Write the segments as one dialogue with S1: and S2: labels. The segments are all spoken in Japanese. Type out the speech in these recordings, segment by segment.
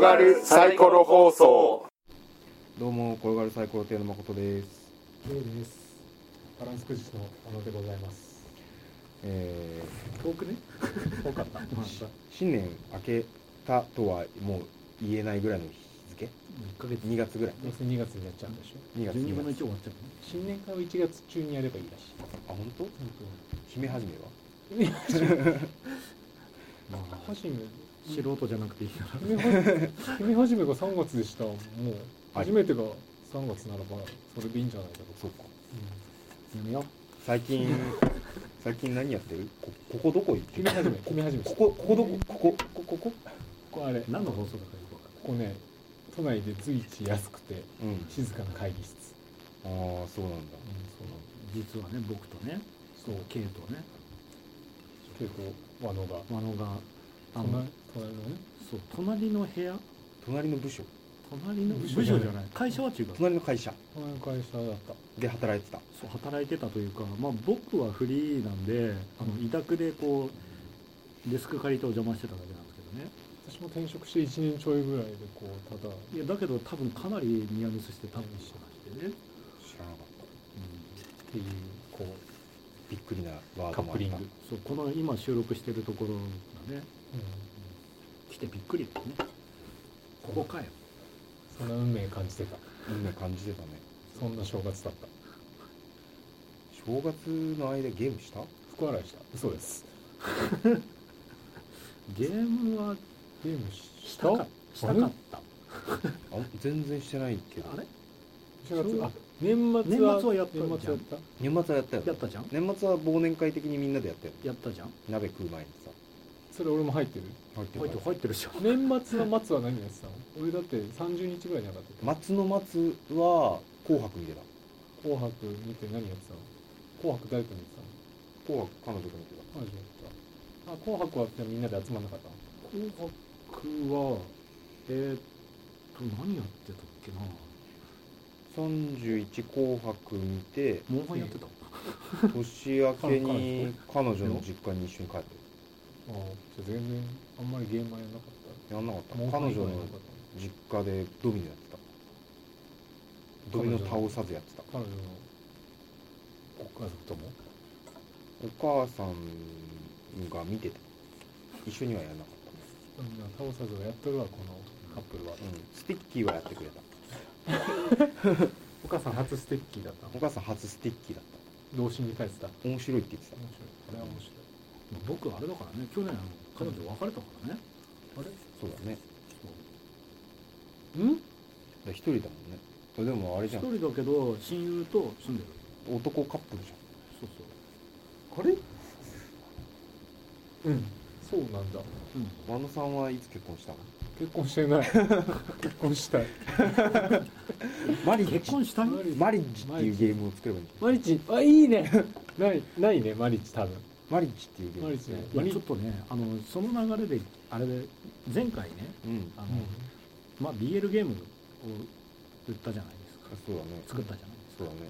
S1: がるサイコロ放送
S2: どうも転がるサイコロ亭の誠です、
S3: どうです。バランスくじの小野でございます。
S2: え
S3: 遠 くね。遠かった。ま
S2: ーし新年明けたとはもう言えないぐらいの日付
S3: 一ヶ月。
S2: 2月ぐらい
S3: どうせ2月になっちゃうんでしょ。
S2: 2月2月
S3: 終わっちゃう。新年会を1月中にやればいいらしい。
S2: あ本当姫始めは
S3: まあ、初め。
S4: 素人じゃなくていいから
S3: 姫は姫初めが3月でした。もう
S2: はい
S3: 初めてが3月ならばそれでいいんじゃないかと。
S2: そうか
S3: うん。やめよう。
S2: 最近 最近何やってるこここどこ行って
S3: 君
S2: る
S3: 初め。君初め。
S2: こ
S3: こ
S2: こここどここここここ
S3: こあれ。こ
S4: 何の放送だかよくわかんない
S3: こね、都内で随一安くて
S2: うん
S3: 静かな会議室。
S2: ああそうなんだ
S3: うん、そう。
S4: 実はね僕とね
S3: そう
S4: ケイとね
S3: 結構和野が
S4: 和野があ
S3: 隣
S4: の
S3: 隣のね
S4: そう隣の部屋
S2: 隣の部署
S4: 隣の
S3: 部
S4: 部
S3: 署
S4: 署じゃない会社は違う
S2: 隣の会社
S3: 隣の会社だった
S2: で働いてた
S4: そう働いてたというか、まあ、僕はフリーなんであの委託でこうデスク借りてお邪魔してただけなんですけどね
S3: 私も転職して1年ちょいぐらいでこうただ
S4: いやだけど多分かなりニアミスしてたんでしてましてね、
S2: 知らなかった
S3: っていうこう
S2: びっくりなワー
S3: カ
S2: ド
S3: ッ
S2: もあっ
S3: プ
S2: た
S3: リング、うん、
S4: そうこの今収録してるところがね来てびっくりだねここかよ
S3: そんな運命感じてた
S2: 運命感じてたね
S3: そんな正月だった
S2: 正月の間ゲームした
S3: 福笑いした嘘です
S4: ゲームは
S3: ゲームし
S4: し
S3: した
S4: かしたかった
S2: あ全然してないけど
S4: あれ
S3: 正
S4: 正
S3: 月
S4: 月
S3: あ年末は
S4: 年末はやった
S3: 年末やった
S2: 年末はやったよね
S4: やったじゃん
S2: 年末は忘年会的にみんなでやったよ
S4: やったじゃん
S2: 鍋食う前にさ
S3: それ俺も入ってる
S2: 入って
S4: 入ってる入ってるでしょ
S3: 年末の末は何やってたの俺だって30日ぐらいに上がってた
S2: 松の松は紅白見てた
S3: 紅白見て何やってたの紅白誰と見てたの
S2: 紅白彼女と見て
S3: 初めてだあ紅白はじゃあみんなで集まんなかったの
S4: 紅白はえーっと何やってたっけな
S2: た31紅白見 て
S4: モンハンやってた
S2: 年明けに彼女の実家に一緒に帰って
S3: ああじゃあ全然あんまりゲームはやんなかっ
S2: やんなかったた彼女の
S3: やんなかっ
S2: 実家でドミノやってた
S3: 彼
S2: ド
S3: 女
S2: ミ
S3: の
S2: ノ倒さずやってた
S3: た彼女のご家族とも
S2: お母さんが見てて一緒にはやんなかっ
S3: そんな倒さずはやっとるわこのカップルは
S2: た、うん、スティッキーはやってくれた
S3: お母さん初ステッキーだった
S2: お母さん初スティッキーだった
S3: 童心に帰ってた面
S2: 面白いって言ってた
S3: 白いこれは面白い
S4: 僕あれだからね去年あの彼女別れたからね
S2: そうだねだ
S3: ん
S2: から一人だもんねそれでもあれじ
S4: 一
S2: ゃん
S4: 人だけど親友と住んでる
S2: 男カップルじ
S4: そうそ
S3: あれうんそうなんだ
S4: う、うん、
S2: ゃん和野さんはいつ結婚したの
S3: 結婚して ない結婚したい
S2: マリッ
S4: 結
S2: ジ
S4: 婚したい
S3: マリ
S2: マリッジっていうゲームを作ればいいんだよ
S3: マリッチあいいねないないねマリッチ多分
S2: マリッジっていうゲーム
S3: マリッチね
S4: いやちょっとねあのその流れであれで前回ね
S2: うん
S4: あの、
S3: う
S4: まあ、BL ゲームを売ったじゃないですか
S2: そうだね
S4: 作ったじゃないです
S2: そう
S4: か
S2: だね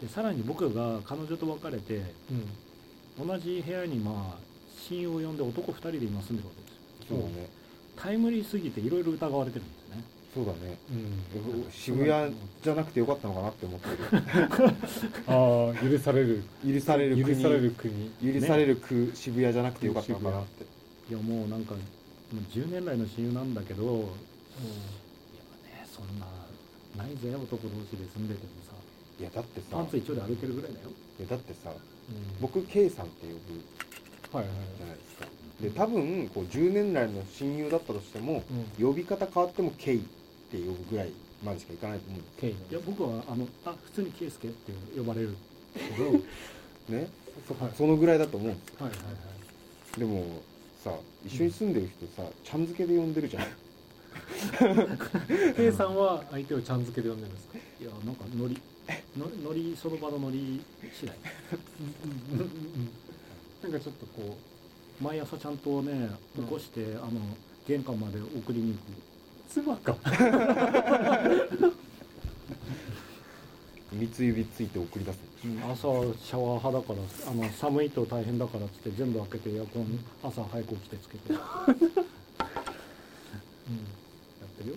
S3: ん
S4: でさらに僕が彼女と別れて
S3: うんうん
S4: 同じ部屋にまあ親友を呼んで男2人で今住んでるわけですよ
S2: そうだね
S4: タイムリーすぎていろいろ疑われてるんですよね
S2: そうだね
S3: うん
S2: 渋谷じゃなくてよかったのかなって思ってる
S3: ああ許される
S2: 許される国
S3: 許される国
S2: 許される区、渋谷じゃなくてよかったのかなって
S4: いやもうなんかもう10年来の親友なんだけどいやねそんなないぜ男同士で住んでてもさ
S2: いやだってさ
S4: パンツ一丁で歩いてるぐらいだよ
S2: いやだってさ
S3: うん
S2: 僕 K さんって呼ぶ
S3: はいはい
S2: じゃないですかで多分こう10年来の親友だったとしても呼び方変わっても K って呼ぶぐらいまでしかいかないと思うんで
S3: ケイ
S4: いや僕はあのあ普通に圭介って呼ばれるけど
S2: すねそ,、
S3: はい
S2: そのぐらいだと思うんですよ
S3: はいはいはい
S2: でもさ一緒に住んでる人さ、ちゃん付けで呼んでるじ ゃん
S3: ケイさんは相手をちゃん付けで呼んでるんですか
S4: いやなんかノリのノリその場のノリ次第
S3: なんかちょっとこう
S4: 毎朝ちゃんとね起こして、あの玄関まで送りに行く
S3: 妻か
S2: 三つ指ついて送り出す
S4: 朝シャワー派だからあの寒いと大変だからっつって全部開けてエアコン朝早く起きてつけて
S3: って るよや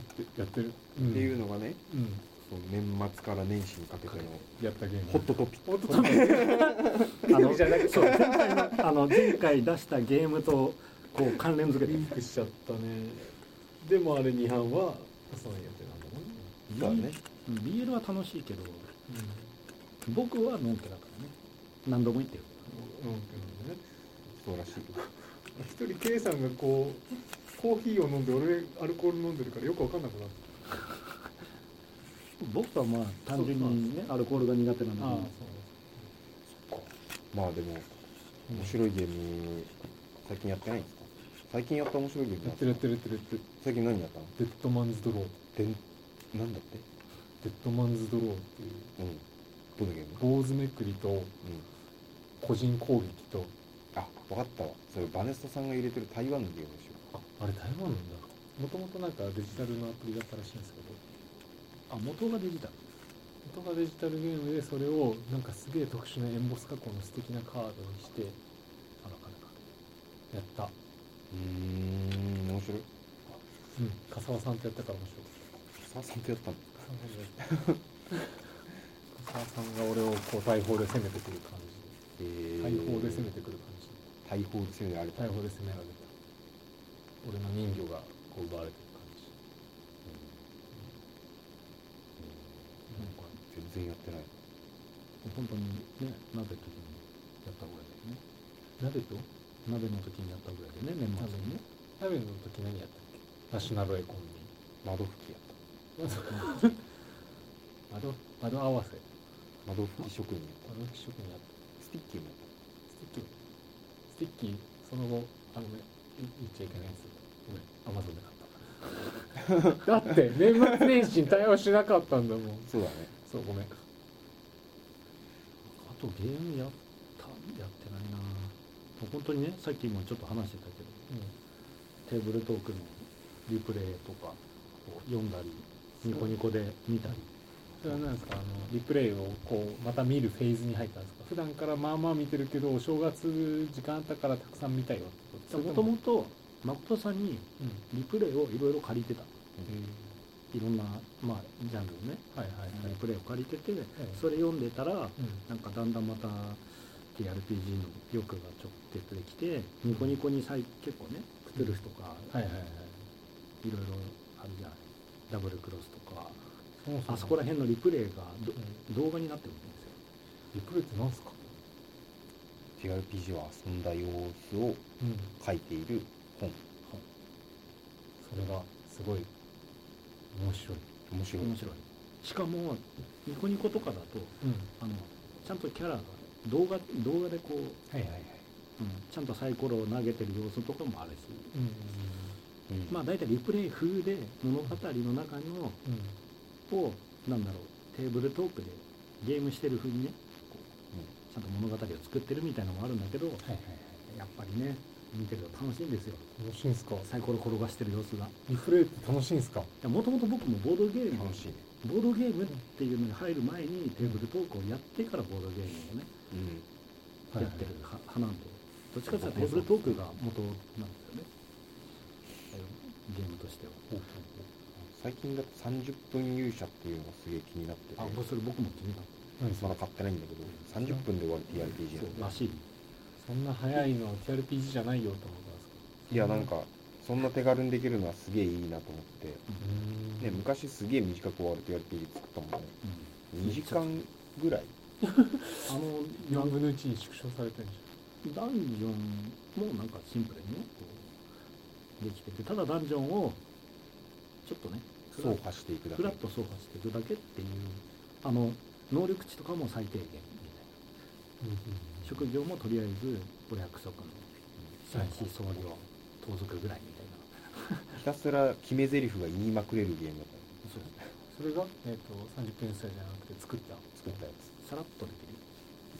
S3: ってやってる、
S2: て
S3: うん
S2: いうのがね、
S3: うん
S2: そう年末から年始にかけての
S3: やったゲーム
S2: ホットトピック
S3: ホットトピッ
S4: あのそう前回のあの前回出したゲームとこう関連付
S3: ク
S4: け
S3: リ
S4: て
S3: ンクしちゃったねでもあれ2班は出さない予定なんだもんね、
S2: だね。
S4: うん BL は楽しいけど僕はのんけだからね何度も言ってる
S3: うんうんけどね
S2: そうらしい。
S3: 一人 K さんがこうコーヒーを飲んで俺アルコール飲んでるからよく分かんなくなった
S4: 僕はまあ単純にねアルコールが苦手なんだけど
S2: まあでも面白いゲーム最近やってないんですか。最近やった面白いゲーム
S3: や
S2: なん
S3: っ
S2: ですか
S3: てるやってるやってるやってる
S2: 最近何やったの？
S3: デッドマンズドロー
S2: でんなんだって？
S3: デッドマンズドローっていう
S2: うん。どんなゲーム？
S3: 坊主めくりと
S2: うん。
S3: 個人攻撃と
S2: あ、わかったわ。それバネストさんが入れてる台湾のゲームでし
S3: ああれ台湾なんだもともとなんかデジタルのアプリだったらしいんですけど
S4: あ元がデジタル
S3: 元がデジタルゲームでそれをなんかすげえ特殊なエンボス加工の素敵なカードにして
S4: あらかなか
S3: やった
S2: ょ。うーん、面白い。
S3: うん笠原さんとやったから面白い
S2: さあ、さんとやったの。
S3: 笠原さんが俺をこう大砲で攻めてくる感じ
S2: えー
S3: 大砲で攻めてくる感じ
S2: 大砲で攻められた。
S3: 大砲で攻められた俺の人魚がこう奪われてる感じ
S4: なんか
S2: 全然やってない。
S4: 本当にね鍋の時にやったぐらいだよね
S3: 鍋と
S4: 鍋の時にやったぐらいでね年末にね
S3: 鍋の時何やったっけナショナルエコン
S2: 窓拭きやっ
S3: に窓窓合わせ
S2: た。窓拭き職人やっ。
S3: 窓基色にやった
S2: スティッキーもやった
S3: スティッキスティッキその後あのねい言っちゃいけないんですよごめんアマゾンで買った だって年末年始に対応しなかったんだもん
S2: た。そうだね。
S3: そうごめん
S4: あとゲームやったやってないな本当にねさっきもちょっと話してたけどテーブルトークのリプレイとかを読んだりニコニコで見たり
S3: それは何ですかあのリプレイをこうまた見るフェーズに入ったんですか普段からまあまあ見てるけどお正月時間あったからたくさん見たよってこと
S4: もともと誠さんに
S3: うん
S4: リプレイをいろいろ借りてた
S3: うん
S4: いろんな、まあ、ジャンルをね
S3: はいはいはい
S4: リプレイを借りてて
S3: れ
S4: それ読んでたら
S3: うん
S4: なんかだんだんまた TRPG の欲がちょっと出てきてニコニコに最結構ねクトゥルフとか
S3: はいはいはい
S4: いろいろあるじゃないダブルクロスとか
S3: もう
S4: あそこら辺のリプレイがど
S3: うん
S4: 動画になってるんですよ
S3: リプレイって何すか
S2: TRPG を遊んだ様子を
S3: うん
S2: 書いている本。
S3: それがすごい面白い
S2: 面白い。
S4: 面白いしかもニコニコとかだと
S3: うん
S4: あのちゃんとキャラが動画動画でこう、
S3: はいはいはい
S4: ちゃんとサイコロを投げてる様子とかもあるし
S3: うん
S2: うん
S4: まあ大体リプレイ風で物語の中の
S3: うん
S4: をなんだろうテーブルトークでゲームしてる風にねこう
S2: うん
S4: ちゃんと物語を作ってるみたいなのもあるんだけど
S3: はいはいは
S4: やっぱりね見てると楽しいんですよ
S3: い楽しいんすか
S4: サイコロ転がしてる様子が
S3: リプレイって楽しいんすか
S4: もともと僕もボードゲーム
S2: 楽しいね。
S4: ボードゲームっていうのに入る前にテーブルトークをやってからボードゲームをね
S2: うん。
S4: やってるは派なんでどっちかっていうとテーブルトークが元なんですよねゲームとしては
S2: 最近だと30分勇者っていうのがすげえ気になってて、
S4: あそれ僕も気になっ
S3: 何
S2: まだ買ってないんだけど、30分で終わる TRPG なん
S4: た
S2: だ
S4: らしい
S3: そんな早いの TRPG じゃないよと思ったんですけど
S2: いや、なんか、そんな手軽にできるのはすげえいいなと思って、
S3: う
S2: ね、昔すげえ短く終わる TRPG 作ったもんね。
S4: うん
S2: 2時間ぐらい
S4: あの
S3: 4分の1に縮小されてるんじ
S4: ダンジョンもなんかシンプルにねこうできててただダンジョンをちょっとねふら
S2: 走破していくだ
S4: ふ
S2: け。
S4: らっと走破していくだけっていうあの能力値とかも最低限みたい
S3: ゃん、
S4: な職業もとりあえずお約束の
S3: は
S4: 三
S3: い
S4: 子総領盗賊ぐらいみたいな
S2: ひたすら決め台詞が言いまくれるゲームだっ
S4: そう
S3: それが、えー、と30分差じゃなくて作った
S2: た作ったや
S4: さらっとでき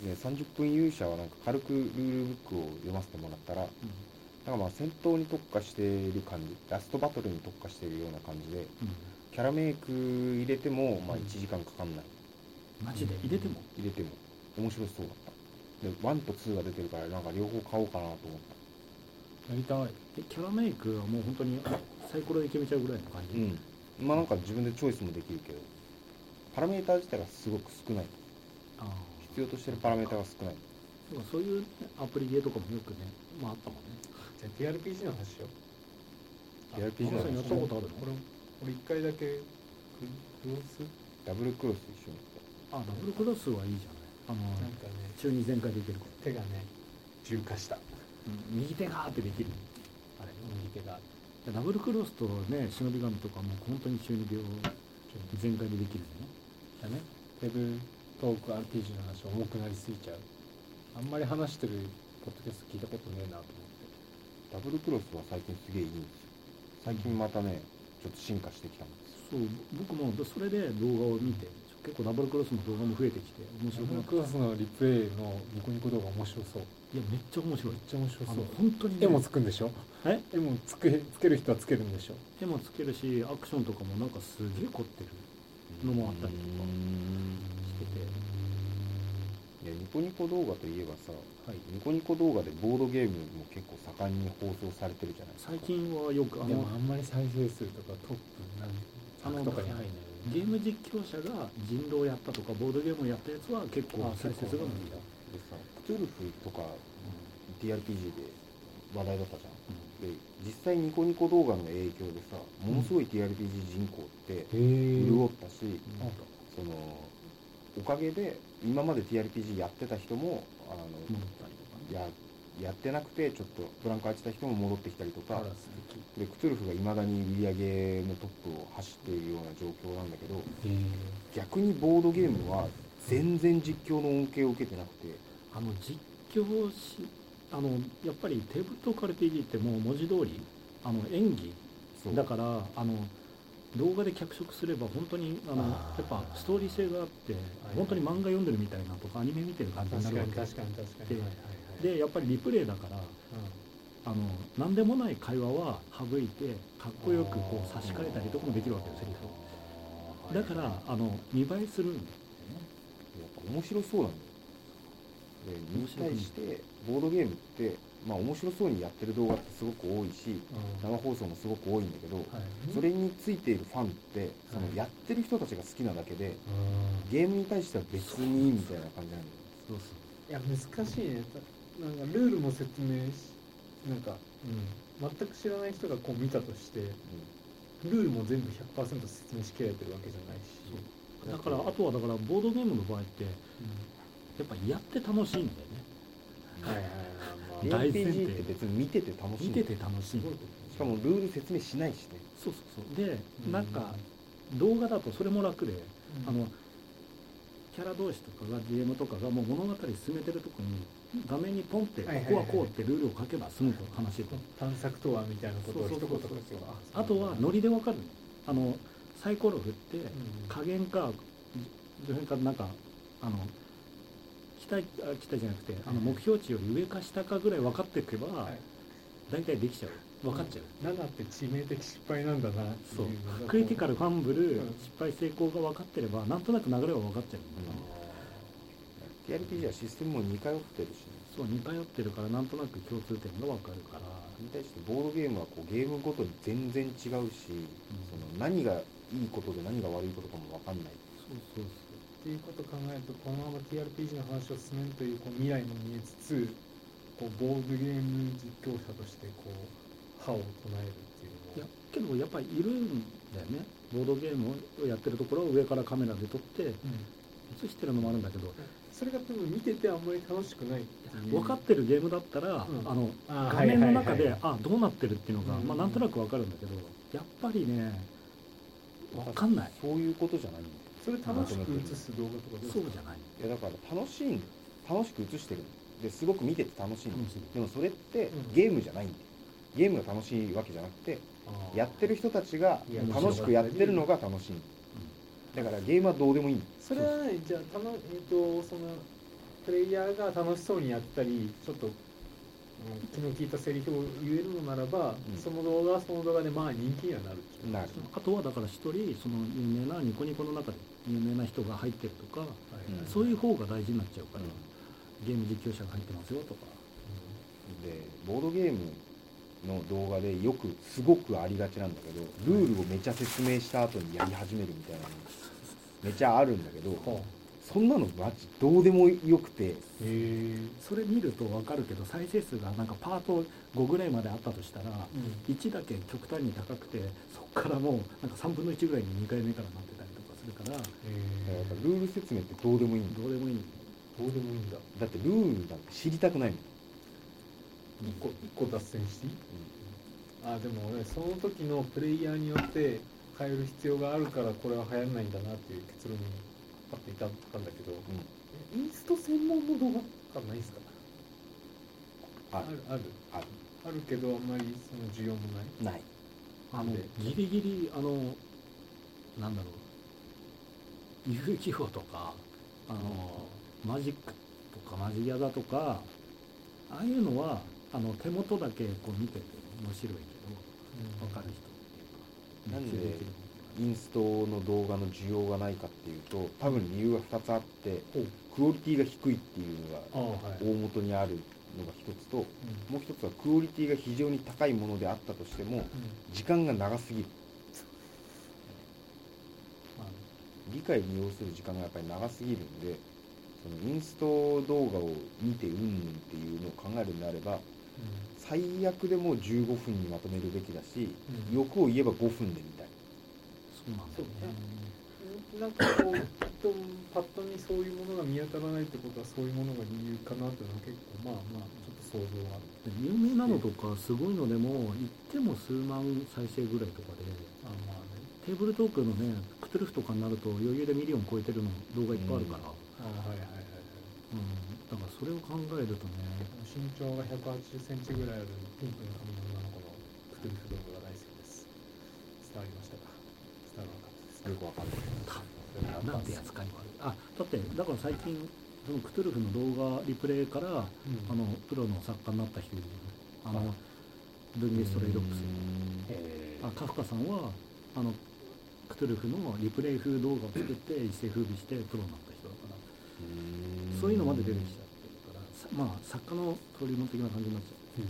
S4: る、
S2: つ。で、30分勇者はなんか軽くルールブックを読ませてもらったら、なんかまあ戦闘に特化している感じ、ラストバトルに特化しているような感じで、キャラメイク入れても、まあ、1時間かかんない
S4: マジで入れても
S2: 入れても面白そうだったで1と2が出てるからなんか両方買おうかなと思っ
S3: やりたい
S4: でキャラメイクはもう本当にサイコロで決めちゃうぐらいの感じ、
S2: うんまあなんか自分でチョイスもできるけどパラメーター自体がすごく少ない
S4: ああ
S2: 必要としてるパラメーターが少ない
S4: でもそういうねアプリゲーとかもよくねまああったもんね
S3: じゃあ TRPG の話しよう
S2: TRPG
S4: の話やったことあるの
S3: 俺俺一回だけククロス
S2: ダブルクロス一緒に
S4: あダブルクロスはいいじゃないあ
S3: な
S4: の
S3: んかね
S4: 中二全開でいけるから
S3: 手がね重化した
S4: 右手がーってできるあれ右手がダブルクロスとね忍び神とかもう本当に中二病全開でできるよね
S3: だねウェブトーク RPG の話重くなりすぎちゃうあんまり話してるポッドキャスト聞いたことねえなと
S2: ダ
S3: 思っ
S2: ブルクロスは最近すげえいいんですよ最近またねちょっと進化してきたんです
S4: そ
S2: よ
S4: う僕もそれで動画を見て結構ダブルクロスの動画も増えてきて面
S3: て
S4: 白く
S3: ブ
S4: な
S3: ル
S4: って
S3: クロスのリプレイのニコニコ動画面白そう
S4: いやめっちゃ面白い
S3: めっちゃ面白そ
S4: あ
S3: う
S4: の本当に、ね、
S3: 絵もつくんでしょ
S4: え
S3: 絵もつけつける人はつけるんでしょ
S4: 絵もつけるしアクションとかもなんかすげえ凝ってるのもあったりとかしてて
S2: いやニコニコ動画といえばさ
S4: はい
S2: ニコニコ動画でボードゲームも結構盛んに放送されてるじゃないですか
S4: 最近はよくあ
S3: でも
S4: の
S3: あんまり再生数とかトップ
S4: あの
S3: 何とかに入んないよ
S4: ゲーム実況者が人狼やったとかボードゲームをやったやつは結構
S3: あ
S4: 再生数が伸びた、
S2: でさクトゥルフとか TRPG で話題だったじゃん、で実際ニコニコ動画の影響でさものすごい TRPG 人口って
S3: へえ
S2: 潤ったし、
S3: あ
S2: そのおかげで今まで TRPG やってた人もあの、
S4: 戻ったりとかね
S2: ややってなくてちょっとブランク空いてた人も戻ってきたりと
S3: あ
S2: から
S3: 素
S2: で
S3: 敵
S2: クトゥルフがいまだに売り上げのトップを走っているような状況なんだけど
S3: へえ
S2: 逆にボードゲームは全然実況の恩恵を受けてなくて
S4: あの実況しあのやっぱりテーブルトーク RPG ってもう文字通りあの演技
S2: そう
S4: だからあの動画で脚色すれば本当にあの
S3: あー
S4: やっぱストーリー性があって本当に漫画読んでるみたいなとかアニメ見てる感じに
S3: 確
S4: な
S3: か
S4: るわ
S3: に
S4: け
S3: 確かに確かに
S4: で
S3: はいはいはい
S4: でやっぱりリプレイだからあの何でもない会話は省いてかっこよくこう差し替えたりとかもできるわけよセリフをだか
S2: やっ
S4: らあの見栄えするんだよね
S2: ぱ面白そうなんだよでに
S4: 面白い
S2: 対してボードゲームってまあ面白そうにやってる動画ってすごく多いし
S3: うん
S2: 生放送もすごく多いんだけど、
S3: はい
S2: それについているファンってそ
S3: は
S2: の
S3: い
S2: やってる人たちが好きなだけで
S3: うん
S2: ゲームに対しては別にみたいな感じなんだよ
S4: そう
S3: いや難しいねたなんかルールも説明しなんか、うん、全く知らない人がこう見たとしてルールも全部100%説明しきれてるわけじゃないし
S4: そうだからあとはだからボードゲームの場合ってやっぱやって楽しいんだよね
S3: うんはいはい
S2: うん
S3: はい、まあ、
S4: 大前提
S2: RPG って別に見てて楽しい
S4: 見
S2: んだ
S4: て
S2: よ
S4: て楽しい
S3: すご
S4: そ
S3: いことね
S2: しかもルール説明しないしね
S4: うそうそうで
S3: うん
S4: なんか動画だとそれも楽であ
S3: うん
S4: のキャラ同士とかが DM とかがもう物語進めてるとこに画面にポンってこ
S3: はいはいはい
S4: こはこうってルールを書けば済む話と
S3: 探索とはみたいなことを一言
S4: そうそうそうそう
S3: 書けば
S4: あとはノリでわかるのあのサイコロ振って
S3: うん
S4: 加減か上辺かなんかあの期待あ期待じゃなくてあの
S3: はいはい
S4: 目標値より上か下かぐらい分かっていけば、
S3: い
S4: 大体できちゃう分かっちゃう、
S3: 7って致命的失敗なんだなってい
S4: そうう
S3: のがこう
S4: クリティカルファンブル、
S3: うん
S4: 失敗成功が分かってればなんとなく流れは分かっちゃうんだよね、
S2: TRPG はシステムも似通ってるし、ね、
S4: そう似通ってるからなんとなく共通点が分かるから
S2: それに対してボードゲームはこうゲームごとに全然違うし、その何がいいことで何が悪いことかも分かんない
S4: そうそうそ
S3: っていうことを考えるとこのまま TRPG の話を進めるというこう未来も見えつつこうボードゲーム実況者としてこう歯を唱えるって
S4: うい
S3: いうの
S4: や
S3: も
S4: けどやっぱりいるんだよねボードゲームをやってるところを上からカメラで撮って映してるのもあるんだけど
S3: それが多分見ててあんまり楽しくないっていう
S4: 分かってるゲームだったら、
S3: ん
S4: あの
S3: あー
S4: 画面の中
S3: はいはい
S4: で
S3: はい
S4: あどうなってるっていうのが、
S3: うん
S4: まあ、なんとなく分かるんだけどやっぱりね分かんない
S2: そういうことじゃないんだよ
S3: それ楽しく映す動画とかどう
S4: そう
S3: です
S4: じゃない
S2: いやだから楽しいんだよ楽しく映してるんだよですごく見てて楽しいんだよ
S4: 楽しい
S2: でもそれって
S3: うん
S2: ゲームじゃないんだよゲームが楽しいわけじゃなくて
S3: か
S2: やってる人たちが
S3: いや
S2: 楽しくやってるのが楽しいんだよだからゲームはどうでもいいんだよ
S3: それはねじゃあたの、えっとそのプレイヤーが楽しそうにやったりちょっと、うん、気の利いたセリフを言えるのならば、
S2: うん
S3: その動画はその動画でまあ人気にはなるっていう
S2: なる
S4: あとはだから一人その有名なニコニコの中で有名な人が入ってるとか
S3: はい
S2: うん
S4: そういう方が大事になっちゃうから、
S2: うん
S4: ゲーム実況者が入ってますよとか
S2: でボードゲームの動画でよくすごくありがちなんだけどルールをめちゃ説明した後にやり始めるみたいなのめちゃあるんだけど
S3: は
S2: そんなのマジどうでもよくて
S3: へえ
S4: それ見ると分かるけど再生数がなんかパート5ぐらいまであったとしたら1だけ極端に高くてそこからもうなんか3分の1ぐらいに2回目からなってたりとかするから
S2: だからやっぱ
S3: え
S2: ルール説明ってどうでもいいんだ
S4: どうでもいい
S3: どうでもいいんだ
S2: だってルールなんて知りたくないもん
S3: 一個一個脱線していいあでも俺その時のプレイヤーによって変える必要があるからこれは流行らないんだなっていう結論にパッといたんだけど、インスト専門の動画館ないんすか
S2: あ
S3: るある
S2: あ
S3: あるけどあんまりその需要もない
S2: ない
S4: あの
S3: で
S4: ギリギリあのなんだろう遊戯王とかあの、マジックとかマジギャザとかああいうのはあの手元だけこう見てて面白いけど分かる人
S2: なん
S4: っていうか
S2: でインストの動画の需要がないかっていうと多分理由は2つあって
S3: ほう
S2: クオリティが低いっていうの
S3: あ
S2: が
S3: あはい、
S2: 大元にあるのが1つともう1つはクオリティが非常に高いものであったとしても時間が長すぎる
S4: まあ
S2: 理解に要する時間がやっぱり長すぎるんでそのインスト動画を見てうんぬんっていうのを考えるんであれば最悪でも15分にまとめるべきだし
S3: うん
S2: 欲を言えば5分でみたい
S4: そうなんだよね
S3: なんかこう、きっとパッと見そういうものが見当たらないってことは、そういうものが理由かなっていうのは結構、まあまあ、ちょっと想像はあ
S4: で
S3: る。
S4: 有名なのとかすごいのでも言っても数万再生ぐらいとかで
S3: あまあね。
S4: テーブルトークのねクトゥルフとかになると余裕でミリオン超えてるの動画いっぱいあるから、
S3: あはいはいはいは
S4: う
S3: い。
S4: んだからそれを考えるとね
S3: 身長が180センチぐらいあるピンクの髪の女の子のクトゥルフ動画が大好きです。伝わりましたか伝わ
S2: なよ
S3: らな
S2: くわかんない
S4: たなん
S3: かったです。
S4: てやつかにもあるあだってだから最近そのクトゥルフの動画リプレイからあ
S3: うん、あの、
S4: のプロの作家になった人いるよねあの文芸ストレイドップス
S3: え
S4: あカフカさんはあのクトゥルフのリプレイ風動画を作って一世風靡してプロになった人だからそういうのまで出てきちゃってるからさまあ作家の登竜門的な感じになっちゃ
S3: うん
S4: う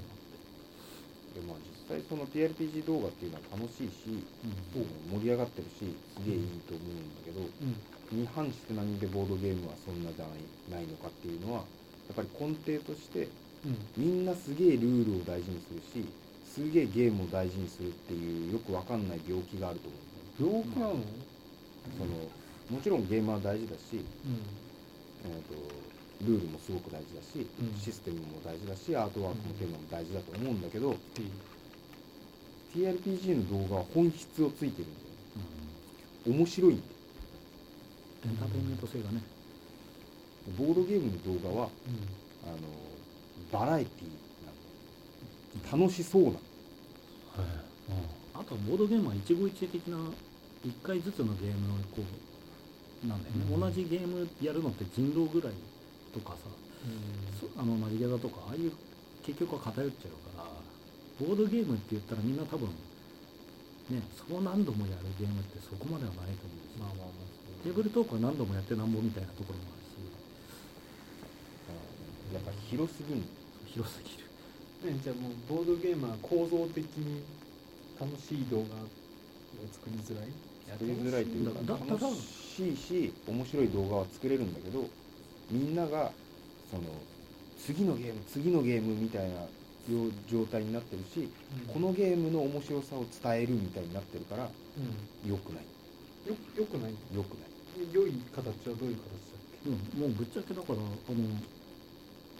S4: ところも
S2: でまあ実際その TRPG 動画っていうのは楽しいし
S4: あって、
S2: 盛り上がってるしすげえいいと思うんだけど
S3: うん。
S2: に反して何でボードゲームはそんなじゃないないのかっていうのはやっぱり根底として
S3: うん。
S2: みんなすげえルールを大事にするしすげえゲームを大事にするっていうよくわかんない病気があると思
S3: 病気なの
S2: うんだよ、そのもちろんゲームは大事だし、
S3: う
S2: えー、とルールもすごく大事だし、
S3: うん
S2: システムも大事だしアートワークもテーマも大事だと思うんだけど、TRPG の動画は本質をついてるんだよね面白いんだよ
S4: うんエンターテインメント性がね
S2: ボードゲームの動画は
S3: ん。うん。
S2: あのバラエティーなの楽しそうなの
S4: はいあとはボードゲームは一期一会的な1回ずつのゲームのこうなんだよね、
S3: うん
S4: 同じゲームやるのって人狼ぐらいとかさそあのマリゲザとかああいう結局は偏っちゃうからボードゲームって言ったらみんな多分ねそう何度もやるゲームってそこまではないと思うんですよ
S3: まあまあまあ。
S4: テーブルトークは何度もやってなんぼみたいなところもある
S2: やっぱ広すぎんの
S4: し広すぎる
S3: ね、じゃあもうボードゲームは構造的に楽しい動画を作りづらい
S2: 作りづらいというか
S4: だだだ
S2: 楽しいし面白い動画は作れるんだけどみんながその次のゲーム次のゲームみたいなよう状態になってるしこのゲームの面白さを伝えるみたいになってるから
S3: うん
S2: 良くない
S3: よよくない
S2: 良くない
S3: 良い形はどういう形だっ
S4: うんもうぶっちゃけだからあの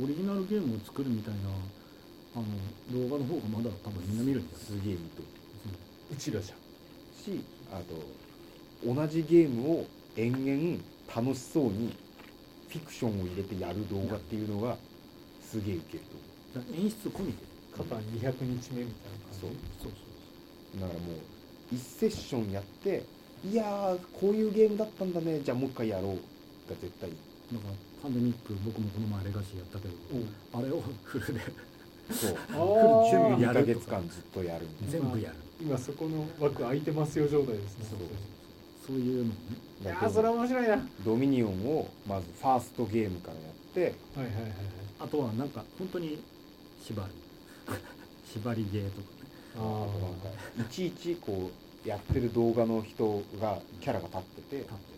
S4: オリジナルゲームを作るみたいなあの動画の方がまだ多分みんな見るんじゃない
S2: すげえ見てる
S3: けうちらじゃん
S2: しあと同じゲームを延々楽しそうにフィクションを入れてやる動画っていうのがすげえウケると思う
S4: だから演出込みで
S3: 肩200日目みたいな感じ
S2: そう
S4: そうそう
S2: だからもう1セッションやっていやーこういうゲームだったんだねじゃあもう一回やろうが絶対いい
S4: だからパンデミック僕もこの前レガシーやったけど
S3: お
S4: あ
S3: う
S4: れをフルで
S2: そう
S3: あー
S2: 準備
S4: やる
S2: 2ヶ
S4: と
S2: 月間ずっとやるみ
S4: 全部やる
S3: 今そこの枠空いてますよ状態ですね
S4: そうそういうのね
S3: い
S2: たい
S3: や
S2: な
S3: ーそれは面白いなはい
S2: ドミニオンをまずファーストゲームからやって
S3: はいはいはい
S4: あとはなんか本当に縛る 縛りゲーとか
S3: あ
S2: なんかいちいちこうやってる動画の人がキャラが立ってて
S4: 立って